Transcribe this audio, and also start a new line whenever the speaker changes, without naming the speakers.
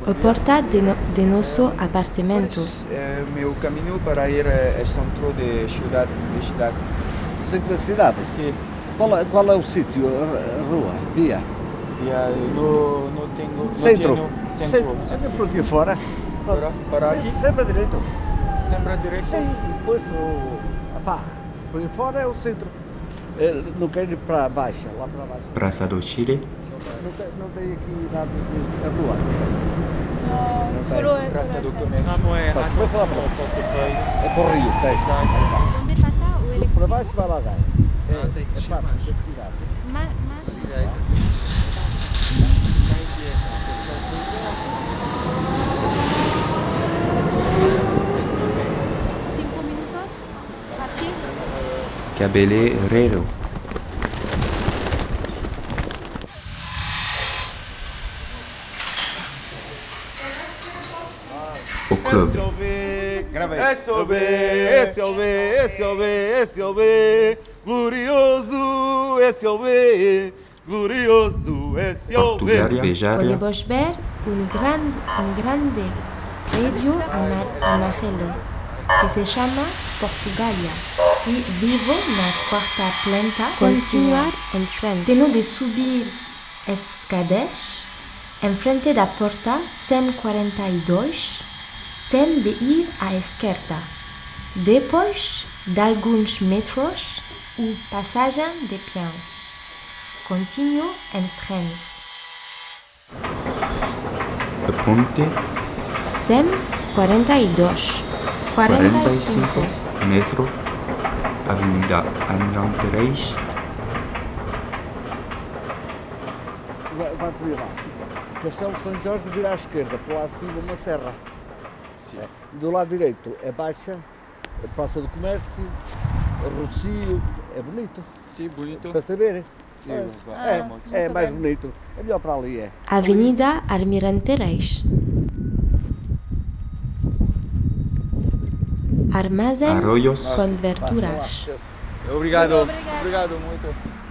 A porta de, no, de nosso apartamento.
É, meu caminho para ir é, ao centro um de cidade. De cidade.
Centro da cidade?
Sim.
Qual, é- qual é o sítio? A rua? Via?
E aí, não, não tenho. não
Centro?
tenho- Centro.
Sempre
Centro.
por aqui fora.
Para, para
Se-
aqui,
Sempre à direita.
sempre à direita.
Sim, depois o. Pá, por aí fora é o centro. Eh, Não quero ir para baixo, lá para baixo.
Praça do Chile,
Não tem, não tem aqui nada de a rua.
Coroas.
Praça do
Onde
Comércio.
não é.
Pá, depois lá para baixo. É para o rio, tem.
passa o
Para
elec-
baixo vai lá dar.
Ah, tem que
É
chamar.
parte da cidade.
ma- ma- cinco minutos partir.
é cabeleireiro, o clube,
é.
Grava aí.
SLB, SLB, SLB, SLB, é glorioso SLB, glorioso
porto
SLB.
cervejária,
Podemos ver um grande, um grande prédio ama- amarelo que se chama Portugalia e vivo na quarta planta. Continuar em frente. Tendo de subir escadas em frente da porta 142, tem de ir à esquerda. Depois de alguns metros, o passagem de peões. Continuo em frente.
a ponte,
SEM 42
45
45
metro, avenida Almirante Reis,
Vai, vai por aí abaixo. Castelo São Jorge vira à esquerda, para lá acima uma serra. É. Do lado direito é Baixa, é Praça do Comércio, é Rocio, é bonito,
Sim, bonito.
para saber.
Eu,
É,
vamos.
é mais bonito, é melhor para ali, é.
Avenida Almirante Reis Armazém
Arroyos,
com verduras
Obrigado.
Muito obrigada.
Obrigado muito.